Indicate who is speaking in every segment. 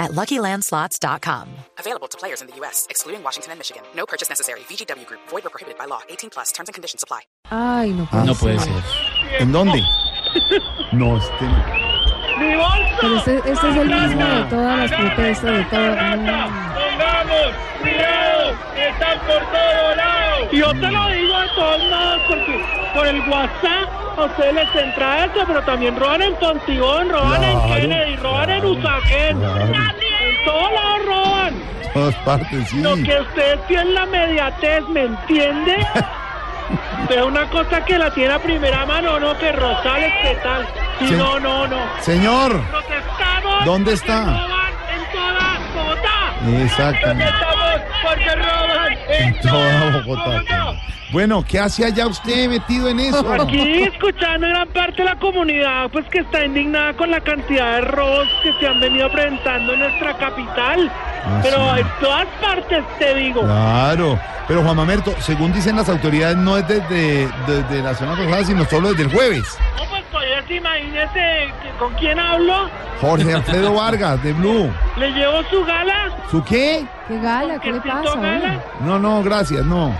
Speaker 1: at luckylandslots.com.
Speaker 2: Available to players in the U.S., excluding Washington and Michigan. No purchase necessary. VGW Group, void or prohibited by law. 18 plus terms and conditions apply.
Speaker 3: Ay, no puede
Speaker 4: Ah, No
Speaker 3: ser.
Speaker 4: puede ser.
Speaker 5: ¿En dónde? No, este no.
Speaker 6: ¡Mi bolso!
Speaker 3: Pero este, este es el mismo de todas las
Speaker 6: ¡Agarra,
Speaker 3: protestas, de todo.
Speaker 6: agarra!
Speaker 3: no.
Speaker 6: ¡Pongamos! ¡Cuidado! que ¡Están por todos lados! Yo te lo digo de todos modos porque por el WhatsApp a ustedes les entra eso, pero también roban en Pontibón, roban
Speaker 5: Claro,
Speaker 6: en Kennedy, roban en Usaquén.
Speaker 5: claro.
Speaker 6: En todos lados roban.
Speaker 5: Todas partes, sí.
Speaker 6: Lo que ustedes tienen la mediatez, ¿me entiende? Pero una cosa que la tiene a primera mano, no, que Rosales, ¿qué tal? Si
Speaker 5: Sí.
Speaker 6: no, no, no.
Speaker 5: Señor.
Speaker 6: Protestamos.
Speaker 5: ¿Dónde está?
Speaker 6: Porque roban en toda Bogotá.
Speaker 5: Exactamente.
Speaker 6: Protestamos porque roban
Speaker 5: En toda Bogotá.
Speaker 6: Bogotá.
Speaker 5: Bueno, ¿qué hace allá usted metido en eso?
Speaker 6: Aquí escuchando gran parte de la comunidad, pues que está indignada con la cantidad de robos que se han venido presentando en nuestra capital.
Speaker 5: Ah,
Speaker 6: Pero
Speaker 5: sí.
Speaker 6: en todas partes te digo.
Speaker 5: Claro. Pero Juan Mamerto, según dicen las autoridades, no es desde, desde la semana pasada, sino solo desde el jueves.
Speaker 6: No, pues todavía se imagínese que- con quién hablo.
Speaker 5: Jorge Alfredo Vargas, de Blue.
Speaker 6: Le llevo su gala.
Speaker 5: ¿Su qué?
Speaker 3: ¿Qué gala? ¿Qué le
Speaker 6: ¿Qué
Speaker 3: pasa?
Speaker 6: gala?
Speaker 3: hombre?
Speaker 5: No, no, gracias, no.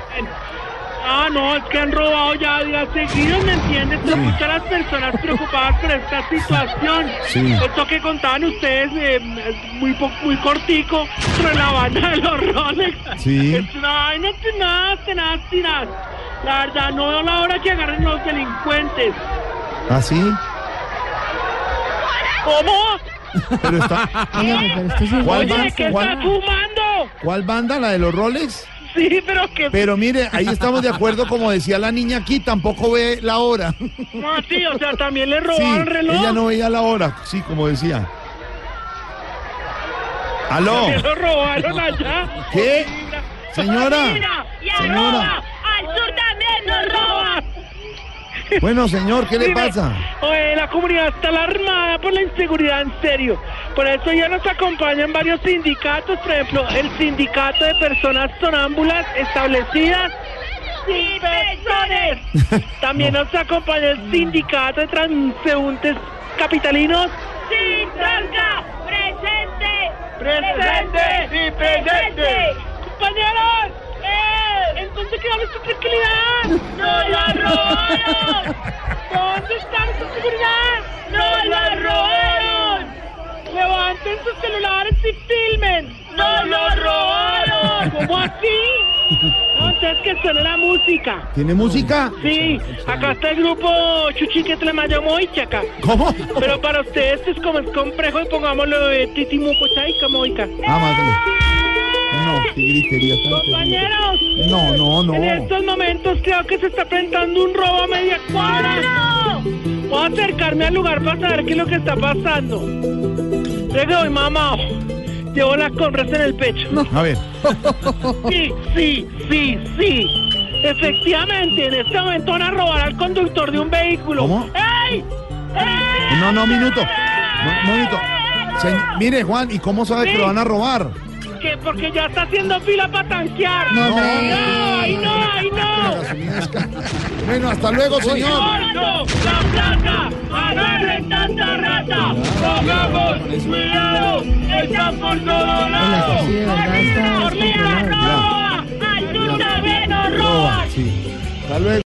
Speaker 6: Ah, no, es que han robado ya días seguidos, ¿me entiendes? Son
Speaker 5: Sí.
Speaker 6: muchas las personas preocupadas por esta situación.
Speaker 5: Sí.
Speaker 6: Esto que contaban ustedes, eh, muy, po- muy cortico, sobre la banda de los Rolex.
Speaker 5: Sí.
Speaker 6: Es una vaina tenaz, tenaz, tenaz. La verdad, no veo la hora que agarren los delincuentes.
Speaker 5: ¿Ah, sí?
Speaker 6: ¿Cómo?
Speaker 5: Pero está...
Speaker 3: Óigame, pero esto es un
Speaker 5: ¿Cuál
Speaker 6: Oye,
Speaker 5: banda?
Speaker 6: ¿qué
Speaker 5: ¿Cuál?
Speaker 6: estás fumando?
Speaker 5: ¿Cuál banda? ¿La de los Rolex?
Speaker 6: Sí, pero que...
Speaker 5: Pero mire, ahí estamos de acuerdo, como decía la niña aquí, tampoco ve la hora.
Speaker 6: No, sí, o sea, también le
Speaker 5: Sí,
Speaker 6: robaron reloj.
Speaker 5: ella no veía la hora, sí, como decía. Aló,
Speaker 6: Se lo robaron allá.
Speaker 5: ¿Qué?
Speaker 6: Mira,
Speaker 5: señora.
Speaker 6: y
Speaker 5: Señora.
Speaker 6: arroba, al sur también nos roba.
Speaker 5: Bueno, señor, ¿qué le
Speaker 6: Dime,
Speaker 5: pasa?
Speaker 6: Oye, la comunidad está alarmada por la inseguridad, en serio. Por eso ya nos acompañan varios sindicatos, por ejemplo, el sindicato de personas sonámbulas establecidas. ¡Sin personas! También nos acompaña el sindicato de transeúntes capitalinos. ¡Sin tanga! ¡Presente! ¡Presente! ¡Sí, presente! ¡Compañeros! eh, Entonces quedamos con tranquilidad. ¡No la robaron! ¿Dónde está su seguridad? ¡No la robaron! Levanten sus celulares y filmen. ¡No lo robaron! ¿Cómo así? No, entonces que suena la música.
Speaker 5: ¿Tiene música?
Speaker 6: Sí, acá está el grupo Chuchique Tlemayamo y Chaca.
Speaker 5: ¿Cómo?
Speaker 6: Pero para ustedes es como es complejo y pongámoslo de Titimuco Chaica Moica.
Speaker 5: Ah, más No, qué gritería tan terrible.
Speaker 6: Compañeros,
Speaker 5: No, no,
Speaker 6: en
Speaker 5: no.
Speaker 6: estos momentos creo que se está presentando un robo a media cuadra. Voy a acercarme al lugar para saber qué es lo que está pasando. Llego y mamá, llevo las compras en el pecho.
Speaker 5: A ver,
Speaker 6: Sí, sí, sí, sí. Efectivamente, en este momento van a robar al conductor de un vehículo.
Speaker 5: ¿Cómo?
Speaker 6: ¡Ey! ¡Ey!
Speaker 5: no, no, minuto. No, no, minuto. Se- mire, Juan, ¿y cómo sabe que lo van a robar?
Speaker 6: Que porque ya está haciendo fila para tanquear.
Speaker 5: No,
Speaker 6: no,
Speaker 5: me-
Speaker 6: ay, no, ay, no.
Speaker 5: Bueno, hasta luego, señor.
Speaker 6: ¡Óralo! ¡La plata! ¡Agarren tanta rata! ¡Pongamos cuidado! ¡Está por todos lados!
Speaker 3: Sí, de verdad está
Speaker 6: ¡Hormiga
Speaker 3: espectacular.
Speaker 6: roba! ¡Ayuda, ven, roba!
Speaker 5: Sí. Hasta luego.